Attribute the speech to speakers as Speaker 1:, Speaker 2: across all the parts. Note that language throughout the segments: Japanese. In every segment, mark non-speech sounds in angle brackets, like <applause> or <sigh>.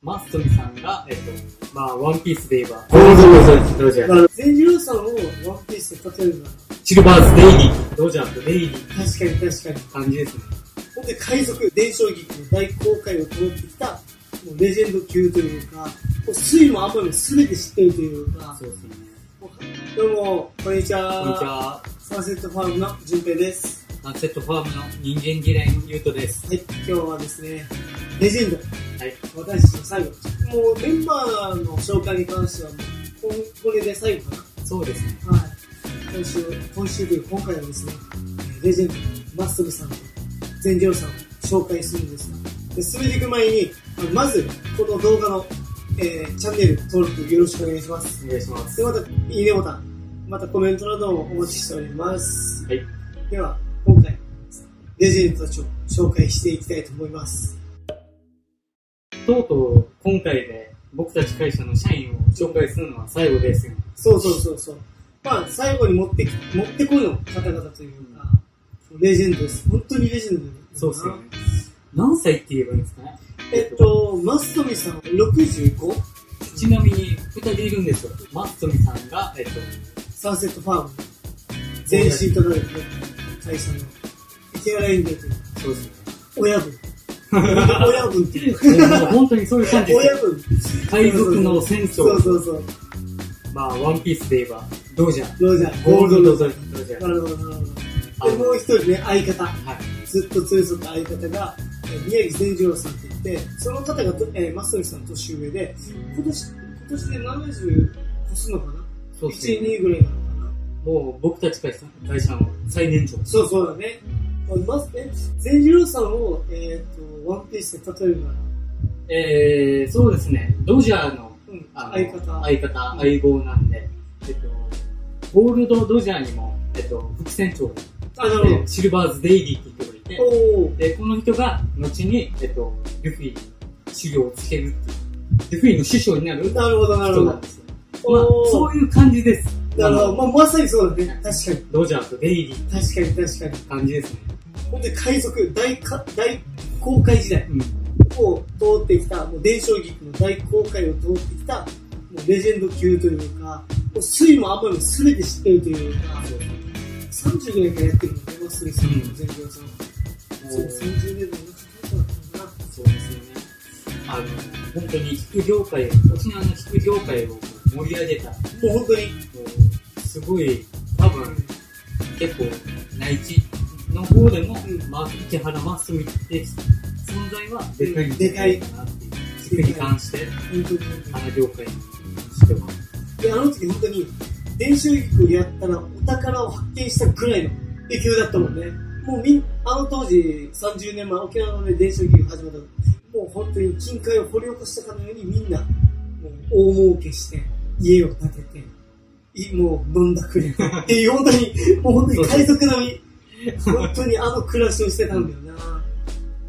Speaker 1: マッソンさんが、えっと、まあ、ワンピースで言えば、
Speaker 2: そうそうそうそう、ドジャ
Speaker 3: だ
Speaker 2: ー。
Speaker 3: から、全ジローさんをワンピースで例えるなら、
Speaker 1: シルバーズ・デイリー、ドジャーとデイリーって
Speaker 3: 確かに確かに。
Speaker 1: 感じですね。
Speaker 3: ほんで、海賊、伝承劇の大公開を通ってきた、もうレジェンド級というか、もう水も天も全て知ってるというか、
Speaker 1: そうですね。
Speaker 3: どうも、こんにち
Speaker 1: こんにち
Speaker 3: は。
Speaker 1: は。
Speaker 3: サンセットファームの淳平です。
Speaker 1: ナッセットファームの人間嫌いのゆうとです。
Speaker 3: はい、今日はですね、レジェンド、
Speaker 1: はい。
Speaker 3: 私たちの最後。もうメンバーの紹介に関してはもう、こんこれで最後か
Speaker 1: そうですね。
Speaker 3: な。はい。今週、今週という今回はですね、レジェンド、マッスルさんと善良さんを紹介するんですが、で進めていく前に、あのまず、この動画の、えーチャンネル登録よろしくお願いします。
Speaker 1: お願いします。
Speaker 3: で、また、いいねボタン、またコメントなどもお待ちしております。
Speaker 1: はい。
Speaker 3: では、今回、レジェンドたちを紹介していきたいと思います。
Speaker 1: とうとう、今回で僕たち会社の社員を紹介するのは最後ですよね。
Speaker 3: そうそうそうそう。まあ、最後に持ってき、持ってこいの方々というか、レジェンドです。本当にレジェンドだよね
Speaker 1: そうですよね。何歳って言えばいいんですかね。
Speaker 3: えっ、と、マストミさん、65?
Speaker 1: ちなみに二人いるんですよ。マッソミさんが、えっと、
Speaker 3: サンセットファーム。全身となるね、会社の、池原園芸という、
Speaker 1: そ
Speaker 2: <laughs>
Speaker 1: うですね。<laughs>
Speaker 3: 親分。親分っていう。
Speaker 1: もう本当にそういう感じです
Speaker 3: 親
Speaker 1: よ。
Speaker 3: 分。
Speaker 1: 海賊の船長
Speaker 3: そうそうそう。
Speaker 1: まあ、ワンピースで言えば、ドジャー。
Speaker 3: どうじゃ
Speaker 1: ゴールドドジャー。
Speaker 3: なるほど、なるほど。で、もう一人ね、相方。
Speaker 1: はい。
Speaker 3: ずっと連れ添った相方が、えー宮城善次郎さんって言って、その方がと、えー、マスさんの年上で、今年、今年で70越すのかな
Speaker 1: そうです
Speaker 3: ?1、
Speaker 1: ね。
Speaker 3: 2ぐらいなのかな
Speaker 1: もう僕たち会社会社の最年長。
Speaker 3: そうそうだね。まずね、善次郎さんを、えっと、ワンピースで例えるなら、
Speaker 1: えー、そうですね。ドジャーの
Speaker 3: うん、
Speaker 1: あの
Speaker 3: 相方。
Speaker 1: 相方、相棒なんで、えっと、ゴールドドジャーにも、えっと、副船長
Speaker 3: あ、な
Speaker 1: で
Speaker 3: る
Speaker 1: シルバーズ・デイリーっていう人がいて
Speaker 3: ほ、ど。おー。
Speaker 1: で、この人が、後に、えっと、ルフィに修行をつけるっていう、ルフィの師匠になる
Speaker 3: なるほど、なる
Speaker 1: 人
Speaker 3: ほ
Speaker 1: なん
Speaker 3: ど。
Speaker 1: ですよ。まあ、
Speaker 3: お
Speaker 1: そ
Speaker 3: ー。
Speaker 1: ういう感じです。
Speaker 3: なるほど。まあ、まさにそうだね。確かに。
Speaker 1: ドジャーとデイリーっ
Speaker 3: 確かに、確かに。
Speaker 1: て感じですね。
Speaker 3: ほんで、海賊、大か、大航海時代
Speaker 1: うん。
Speaker 3: を通ってきた、もう伝承劇の大航海を通ってきた、もうレジェンド級というか、もう水も雨も全て知ってるというか、30ぐらいからやってるのね、もう水さ
Speaker 1: う
Speaker 3: んも
Speaker 1: ん
Speaker 3: 全業さんも。
Speaker 1: も
Speaker 3: そう
Speaker 1: う
Speaker 3: 30年代の中の人だったのか
Speaker 1: そうですよね。あの、本当に引く業界、沖縄の引く業界を盛り上げた、も
Speaker 3: な。もう本当に、
Speaker 1: う、すごい、多分、結構、内地の方でも、
Speaker 3: うん
Speaker 1: まあ、池原真澄って存在はでかいんじゃないかなっていう。地区に関して、
Speaker 3: 本当に本当に。
Speaker 1: 花業界にしては。
Speaker 3: で、あの時本当に、伝承劇をやったらお宝を発見したぐらいの勢いだったもんね。もうみん、あの当時、30年前、沖縄の、ね、伝承劇が始まった時もう本当に金塊を掘り起こしたかのようにみんな、もう大儲けして、家を建てて、いもう飲んだくれて、っていう本当に、もう本当に海賊並み、本当にあの暮らしをしてたんだよな。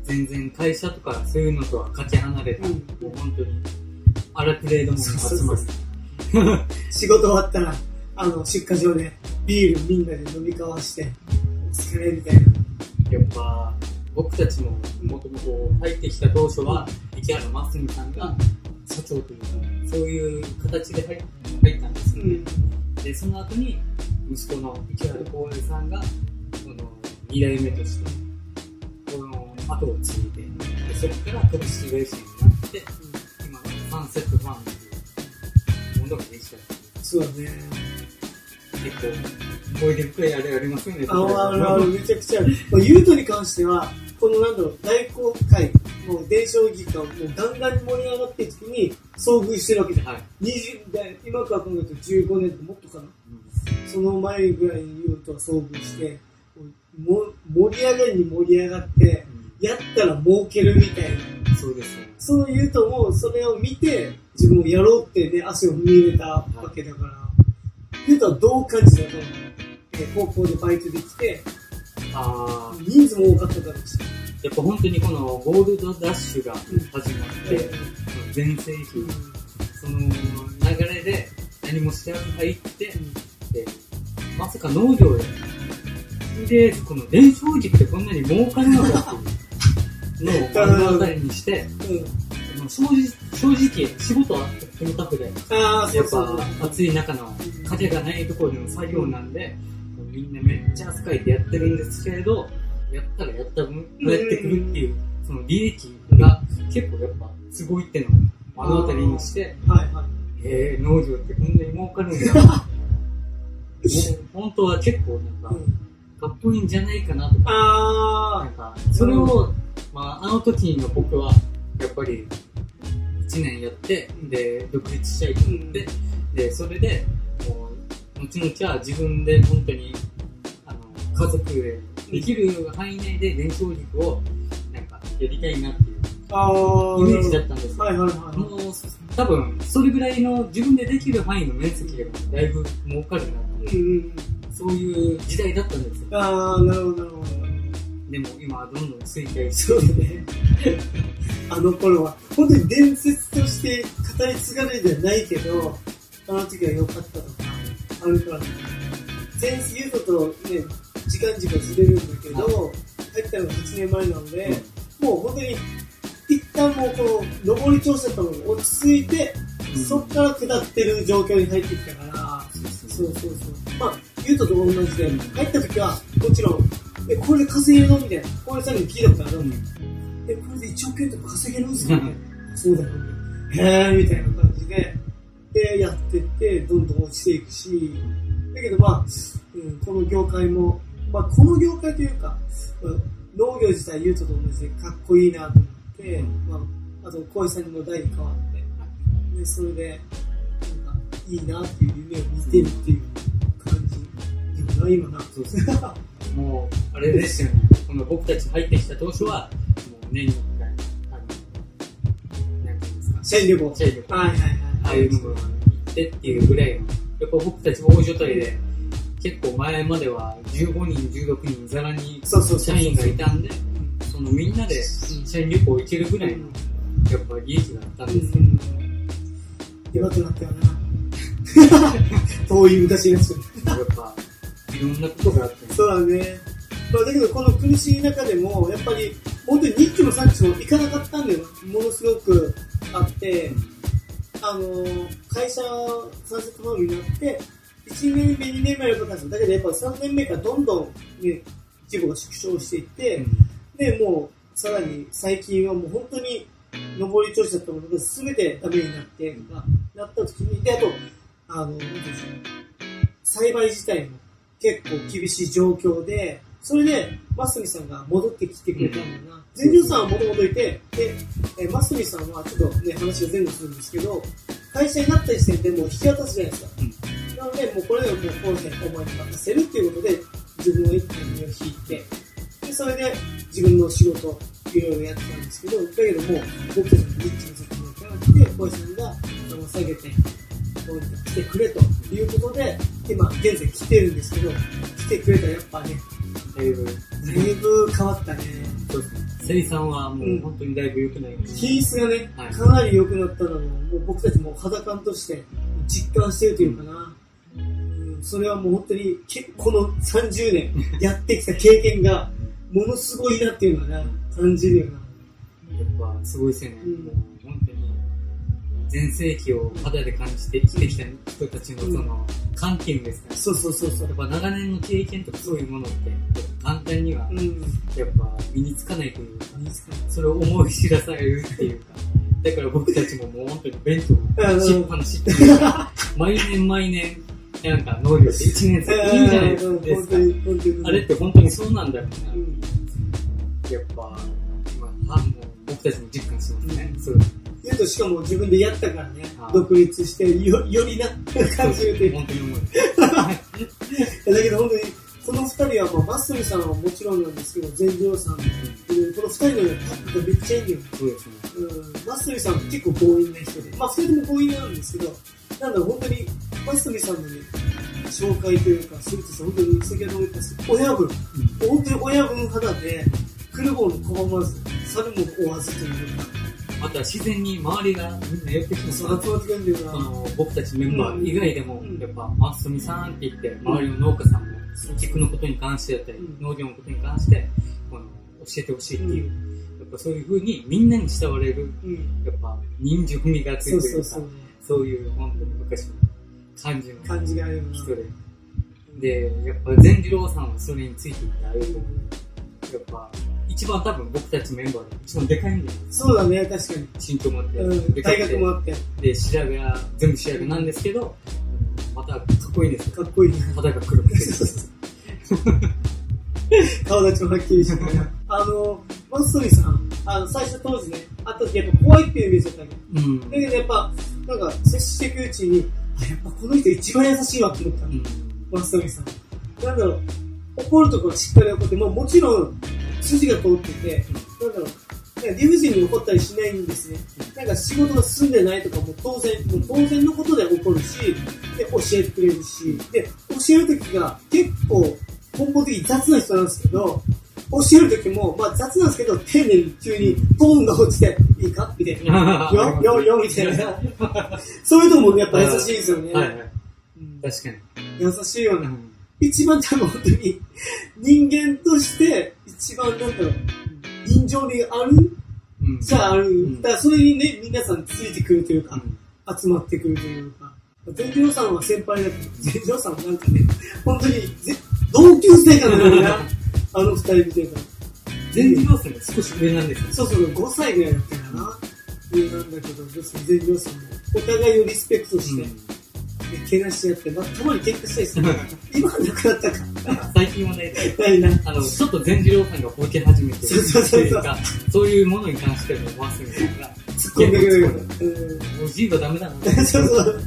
Speaker 1: 全然会社とかそういうのとはかけ離れた、
Speaker 3: うん
Speaker 1: もう本当に、荒くれどもに
Speaker 3: そう
Speaker 1: 集
Speaker 3: そ
Speaker 1: ま
Speaker 3: う
Speaker 1: る
Speaker 3: そ。仕事終わったら、あの、出荷場でビールみんなで飲み交わして、お疲れみたいな。
Speaker 1: やっぱ僕たちももともと入ってきた当初は池原真澄さんが社長というかそういう形で入っ入ったんですよね、でその後に息子の池原光平さんがこの2代目としてこの後を継いででそこから株式会社になって今のサンセットファームというものができた
Speaker 3: そうだね。
Speaker 1: 結構思い出深いあれありますよね
Speaker 3: あるあるある、めちゃくちゃある。まあ、ユートに関しては、このなんだろう、大航海、もう伝承技がもうガンガンに盛り上がっていく時に遭遇してるわけじゃん。
Speaker 1: はい、
Speaker 3: 20代、今から考えると15年ともっとかな。その前ぐらいにユートは遭遇して、もうも盛り上がりに盛り上がって、やったら儲けるみたいな。
Speaker 1: うんそうですよね
Speaker 3: そのユートもそれを見て、自分をやろうってね、足を踏み入れたわけだから、ユートはどう感じたと思うえー高校でバイトできて、
Speaker 1: ああ
Speaker 3: 人数も多かっただろうし、
Speaker 1: やっぱ本当にこのゴールドダッシュが始まって、
Speaker 3: で
Speaker 1: 全盛期、その流れで何も知らず入って、でまさか農業で、で、この伝承時ってこんなに儲かるのかっていうのを目の当たりにして、
Speaker 3: うん
Speaker 1: その正直正直、仕事はとにかくで、
Speaker 3: ああ、そ
Speaker 1: や
Speaker 3: う
Speaker 1: っ
Speaker 3: そうそう。
Speaker 1: ぱ暑い中の家庭がないところでの作業なんで、みんなめっちゃ汗かいてやってるんですけれど、やったらやった分、やってくるっていう、その利益が結構やっぱすごいってのを目の当たりにして、
Speaker 3: はいはい。
Speaker 1: えー、農業ってこんなに儲かるんだ。もう本当は結構なんか、
Speaker 3: うん、
Speaker 1: かっこいいんじゃないかなとか、な
Speaker 3: あ
Speaker 1: んか、それを、まあ、あの時の僕は、やっぱり、1年やって、で、独立したいと思って、で、それで、もう、後々は自分で本当に、あの、家族で、できる範囲内で伝承力を、なんか、やりたいなっていう
Speaker 3: あ、ああ、
Speaker 1: イメージだったんですけど
Speaker 3: はいはいはい。
Speaker 1: もう、多分、それぐらいの自分でできる範囲の面積がだいぶ儲かるなっていう
Speaker 3: うんうん、
Speaker 1: そういう時代だったんですよ。
Speaker 3: ああ、なるほどなるほど。
Speaker 1: でも今はどんどん衰退して
Speaker 3: そうだ
Speaker 1: <laughs>
Speaker 3: ね。あの頃は、本当に伝説として語り継がれるじゃないけど、あの時は良かったとか、あるから、全然言うことね、時間軸がずれるんだけど、入ったのが8年前なので、もう本当に、一旦もうこの上り調子だったのが落ち着いて、
Speaker 1: うん
Speaker 3: そっから下ってる状況に入ってきたから、そうそうそう。まあ、ゆうとと同じで、入った時は、もちろん、え、これで稼げるのみたいな。これさっき聞いたことあるのえ、これで1億円とか稼げるんですか
Speaker 1: <laughs>
Speaker 3: ねそうだよね。へーみたいな感じで、で、やってって、どんどん落ちていくし、だけどまあ、うん、この業界も、まあ、この業界というか、うん農業自体ゆうとと同じでかっこいいなと思って、まあ、あと、小石さんにも代に変わって、でそれでなんかいいなっていう夢を見てるっていう感じ今な今な
Speaker 1: そうそうもう、あれですよね。この僕たち入ってきた当初は、もう年に1回、あの、なんていうんですか、
Speaker 3: 社員旅行
Speaker 1: ちっちゃい
Speaker 3: はいはい
Speaker 1: ああ
Speaker 3: はい
Speaker 1: いうのも行ってっていうぐらいの、やっぱ僕たち大所帯で、結構前までは15人、16人、ざらに
Speaker 3: そうそうそう
Speaker 1: 社員がいたんで、そのみんなで社員旅行行けるぐらいの、やっぱ利益があったんですよ。
Speaker 3: 今となったよな遠い昔ですよね
Speaker 1: やっぱ、いろんなことがあって、
Speaker 3: そうだね、まあ、だけどこの苦しい中でもやっぱり本当に日記もさっきも行かなかったんだよものすごくあってあの会社3作ファームになって1年目2年目は良かったんですよだけどやっぱ3年目からどんどん、ね、規模が縮小していって、で、もう、さらに最近はもう本当に、上り調子だったものが全てダメになって、とか、なった時に、で、あと、あの、なんていうんですか、栽培自体も結構厳しい状況で、それで、マスミさんが戻ってきてくれたんだよな。全寮さんはもともといて、で、えマスミさんはちょっとね、話が前後するんですけど、会社になった時点でもう引き渡すじゃないですか。なので、もうこれでもう後世にお前に任せるっていうことで、自分の一点身を引いて、で、それで自分の仕事、いろいろやってたんですけど、だけどもう、僕たちのリッチの責任からって、小林さんが、あの、下げて、どうにか来てくれということで、今、現在来てるんですけど、来てくれたらやっぱね、
Speaker 1: だいぶ、
Speaker 3: だいぶ変わったね。
Speaker 1: そうですね生産はもう本当にだいぶ良くないです
Speaker 3: 品質がね、
Speaker 1: はい
Speaker 3: かなり良くなったのを、もう僕たちも肌感として実感してるというかな。うんそれはもう本当に、けこの30年
Speaker 1: <laughs>
Speaker 3: やってきた経験が、ものすごいなっていうのはな、感じるよな。
Speaker 1: やっぱすごいですよね。
Speaker 3: うん
Speaker 1: もう本当に、全盛期を肌で感じて生きてきた人たちのその、観点ですから、
Speaker 3: そうそうそうそう
Speaker 1: や。っぱ長年の経験とかそういうものって、簡単には
Speaker 3: うん。
Speaker 1: やっぱ身につかないというか、それを思い知らされるっていうか、だから僕たちももう本当に弁当をしっぱなしっていうか、毎年毎年、なんか農業って1年生いいじゃないです
Speaker 3: 本
Speaker 1: か
Speaker 3: 当。に、本当に。
Speaker 1: あれって本当にそうなんだろうな
Speaker 3: う。ん
Speaker 1: やっぱ、今、はもう僕たちも実感してますね。そう
Speaker 3: 言うとしかも自分でやったからね
Speaker 1: は、い
Speaker 3: 独立して、よ、よりな、感じるというか
Speaker 1: 本当に思う。
Speaker 3: だけど本当に、この二人は、まあ、マッスルさんはもちろんなんですけど、全寮さんも、うんこの二人のタッグがめっちゃいいんだよ。
Speaker 1: そうですね。
Speaker 3: うん、マッスルさんは結構強引な人で、まあ、二人とも強引なんですけど、なんだろう、本当に、マッスルさんのね、紹介というか、するとさん、本当に先ほども言ったんですけど、親分、本当に親分肌で、クルボーの拒まず、猿も追わずというか、
Speaker 1: また自然に周りがみんな寄ってきます
Speaker 3: そ。の集まってくるんだよ
Speaker 1: そ
Speaker 3: な。
Speaker 1: の僕たちメンバー以外でも
Speaker 3: うん、
Speaker 1: やっぱ、マッスミさんって言って、周りの農家さんも、菊のことに関してだったり
Speaker 3: う、ん
Speaker 1: 農業のことに関して、この教えてほしいっていう、やっぱぱそういうふうにみんなに慕われる、
Speaker 3: うん。
Speaker 1: やっぱ人情味がつ
Speaker 3: そ
Speaker 1: いうて
Speaker 3: そ
Speaker 1: る
Speaker 3: う
Speaker 1: さ
Speaker 3: そう。
Speaker 1: そういう本当に昔の感じの
Speaker 3: 感じがあるよな。
Speaker 1: 人で。で、やっぱ善次郎さんはそれについていったあれも、やっぱ一番多分僕たちメンバーで一番でかいんだよ。
Speaker 3: そうだね、確かに。
Speaker 1: 身長もあって、
Speaker 3: うん。
Speaker 1: でか
Speaker 3: 大
Speaker 1: く
Speaker 3: 学もあって、
Speaker 1: て、で、白髪が、全部白髪なんですけど、またかっこいいですよ。
Speaker 3: かっこいいな。
Speaker 1: 肌が黒くて。
Speaker 3: <laughs> 顔立ちもはっきりしてね。あの、マストリーさん、あの、最初当時ね、会った時やっぱ怖いっていうイメージだったけど、
Speaker 1: うん。
Speaker 3: だけどやっぱ、なんか、接していくうちに、あ、やっぱこの人一番優しいわって思った
Speaker 1: う
Speaker 3: の、
Speaker 1: ん。
Speaker 3: マストリーさん。なんだろう、怒るところはしっかり怒って、まあもちろん、筋が通ってて、なんだろう、なんか理不尽に怒ったりしないんですね。なんか仕事が済んでないとかも当然、もう当然のことで怒るし、で、教えてくれるし、で、教えるときが結構根本的に雑な人なんですけど、教えるときも、まあ雑なんですけど、丁寧に急にトーンが落ちて、いいかみたいな。よ、よ、よ、みたいな。
Speaker 1: <laughs>
Speaker 3: そういうとこもやっぱ優しいですよね。
Speaker 1: はいはい。
Speaker 3: うん
Speaker 1: 確かに。
Speaker 3: 優しいよ
Speaker 1: う
Speaker 3: ね。
Speaker 1: ん
Speaker 3: 一番多分本当に、人間として、一番なんだろう、人情味がある
Speaker 1: うん。
Speaker 3: じゃあある、
Speaker 1: ん
Speaker 3: だからそれにね、皆さんついてくるという
Speaker 1: う
Speaker 3: か、
Speaker 1: ん
Speaker 3: 集まってくるというか、全治郎さんは先輩だけど、全治郎さんはなんかね、本当にぜ同級生かのような、あの二人みたいな。
Speaker 1: 全治郎さんが少し上なんですよ。
Speaker 3: そうそう、5歳ぐらいだったかな。上なんだけど、別に全治郎さんも、お互いをリスペクトして、でけなし合って、まあ、たまに喧嘩したりするから、今はなくなったか
Speaker 1: 最近はね、
Speaker 3: らないな。
Speaker 1: あの、ちょっと全治郎さんがボケ始めて
Speaker 3: そうそうそうそう
Speaker 1: か、そういうものに関してのマスミさんが、
Speaker 3: 突っ込んでくれるから。うん
Speaker 1: おじいはダメだな。
Speaker 3: そうそう。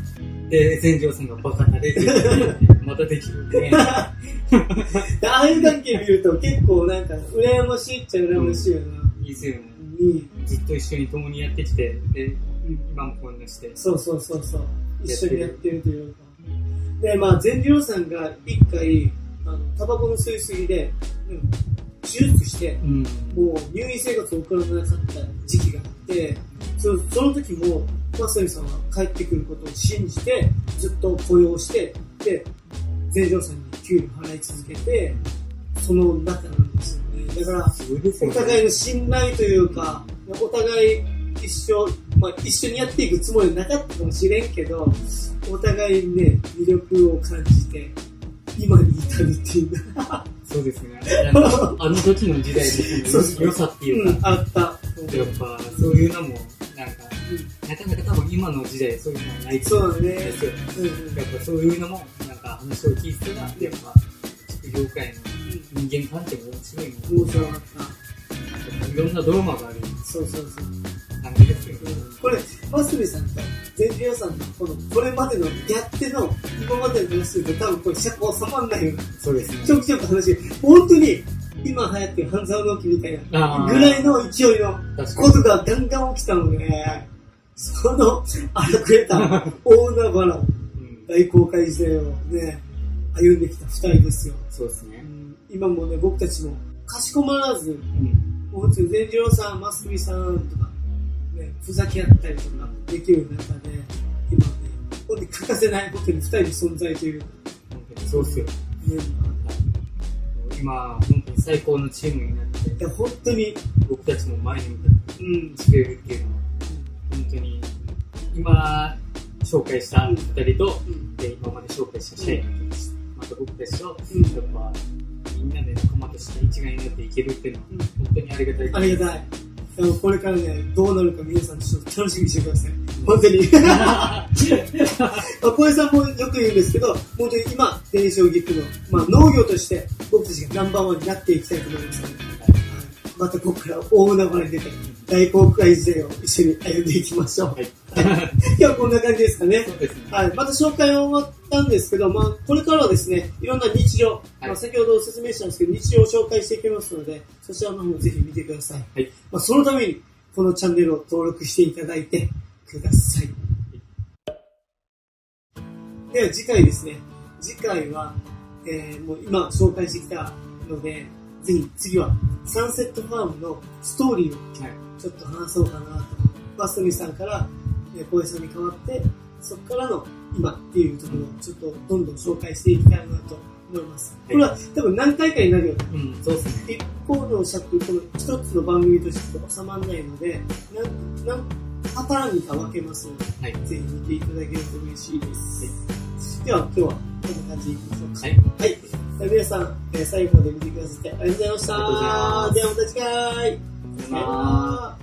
Speaker 1: で、全治郎さんがバカなれてる、またできるね。
Speaker 3: でああいう関係見ると結構なんか、羨ましいっちゃ羨ましいよな。
Speaker 1: いいですよね。
Speaker 3: いい。
Speaker 1: ずっと一緒に共にやってきて、で、
Speaker 3: うん
Speaker 1: 今もこんなして。
Speaker 3: そうそうそうそう。一緒にやってるというか。で、まあ、善次郎さんが一回、あの、タバコの吸いすぎで、うん、手術して、
Speaker 1: うん。
Speaker 3: もう入院生活を送らなかった時期があって、そその時も、マスミさんは帰ってくることを信じて、ずっと雇用して、で、善次郎さんに給料払い続けて、その中なんですよね。だから、
Speaker 1: すごいです
Speaker 3: お
Speaker 1: よね。
Speaker 3: 互いの信頼というか、お互い一緒、まあ、一緒にやっていくつもりはなかったかもしれんけど、お互いね、魅力を感じて、今に至るっていうのが、
Speaker 1: そうですね。あのあの時の時代
Speaker 3: そうそう
Speaker 1: の良さっていううか、
Speaker 3: ん、あった。
Speaker 1: やっぱそういうのも、なんか、なかなか多分今の時代そういうのはないと
Speaker 3: そうだ
Speaker 1: 思うん
Speaker 3: ね
Speaker 1: で。すよ。
Speaker 3: うんうん
Speaker 1: やっぱそういうのも、なんか話を聞いてたら、やっぱ、副業界の人間関係も面白いも
Speaker 3: 面
Speaker 1: ん
Speaker 3: 白かった。
Speaker 1: いろんなドラマがある
Speaker 3: そうそうそう。
Speaker 1: 感じですよね。
Speaker 3: これ、マスミさんと全治郎さんのこの、これまでのやっての、今までの話で多分これ尺収まんないよね。
Speaker 1: そうですね
Speaker 3: ちょくちょく話が、本当に今流行ってる半沢直樹みたいな。
Speaker 1: あー
Speaker 3: ぐらいの勢いの
Speaker 1: 確か
Speaker 3: こ
Speaker 1: に。
Speaker 3: とがガンガン起きたので、その荒くれた大海原を、
Speaker 1: うん
Speaker 3: 大航海時代をね、歩んできた二人ですよ。
Speaker 1: そうですね。
Speaker 3: 今もね、僕たちも、かしこまらず、
Speaker 1: うん。
Speaker 3: もう全次郎さん、マスミさんとか、ね、ふざけ合ったりとかできる中で、今ね、ほんで欠かせないことに二人の存在という
Speaker 1: 本当にそうっすよ。
Speaker 3: メンバー
Speaker 1: 今、本当に最高のチームになって、
Speaker 3: いや、本当に、
Speaker 1: 僕たちも前に向かって、
Speaker 3: うん、
Speaker 1: 作れるっていうのは、本当に、今、紹介した二人と、
Speaker 3: うん、
Speaker 1: で今まで紹介した社員たち、また僕たちと、
Speaker 3: うん
Speaker 1: やっぱ、みんなで仲間として一概になっていけるっていうのは、本当にありがたい。
Speaker 3: ありがたい。でもこれからね、どうなるか皆さんちょっと楽しみにしてください。本当に。まあ、小江さんもよく言うんですけど、本当に今、電子技の、まあ、農業として僕たちがナンバーワンになっていきたいと思いますので、はいまたここから大海原に出て、大航海時代を一緒に歩んでいきましょう。
Speaker 1: はい。
Speaker 3: 今日はこんな感じですかね。
Speaker 1: そうですね。
Speaker 3: はい、また紹介は終わったんですけど、まあ、これからはですね、いろんな日常、
Speaker 1: はい
Speaker 3: まあ、先ほど説明したんですけど、日常を紹介していきますので、そちらの方もぜひ見てください。
Speaker 1: はい
Speaker 3: まあ、そのために、このチャンネルを登録していただいてください。では次回ですね、次回は、えーもう今紹介してきたので、ぜひ次はサンセットファームのストーリーを
Speaker 1: はい。
Speaker 3: ちょっと話そうかなと。バスミさんから、えー、小江さんに代わって、そこからの今っていうところをちょっとどんどん紹介していきたいなと思います。これは多分何回かになるよ。
Speaker 1: うん、そうですね。
Speaker 3: 一方の尺、この一つの番組として収まらないので、何、何パターンにか分けますので、
Speaker 1: はい。
Speaker 3: ぜひ見ていただけると嬉しいです。では今日はこんな感じでいきましょうか。
Speaker 1: はい。
Speaker 3: はい。皆さん、えー最後まで見てくださってありがとうございました。
Speaker 1: ありがとうございます
Speaker 3: ではまた次回。
Speaker 1: さようなら
Speaker 3: ら。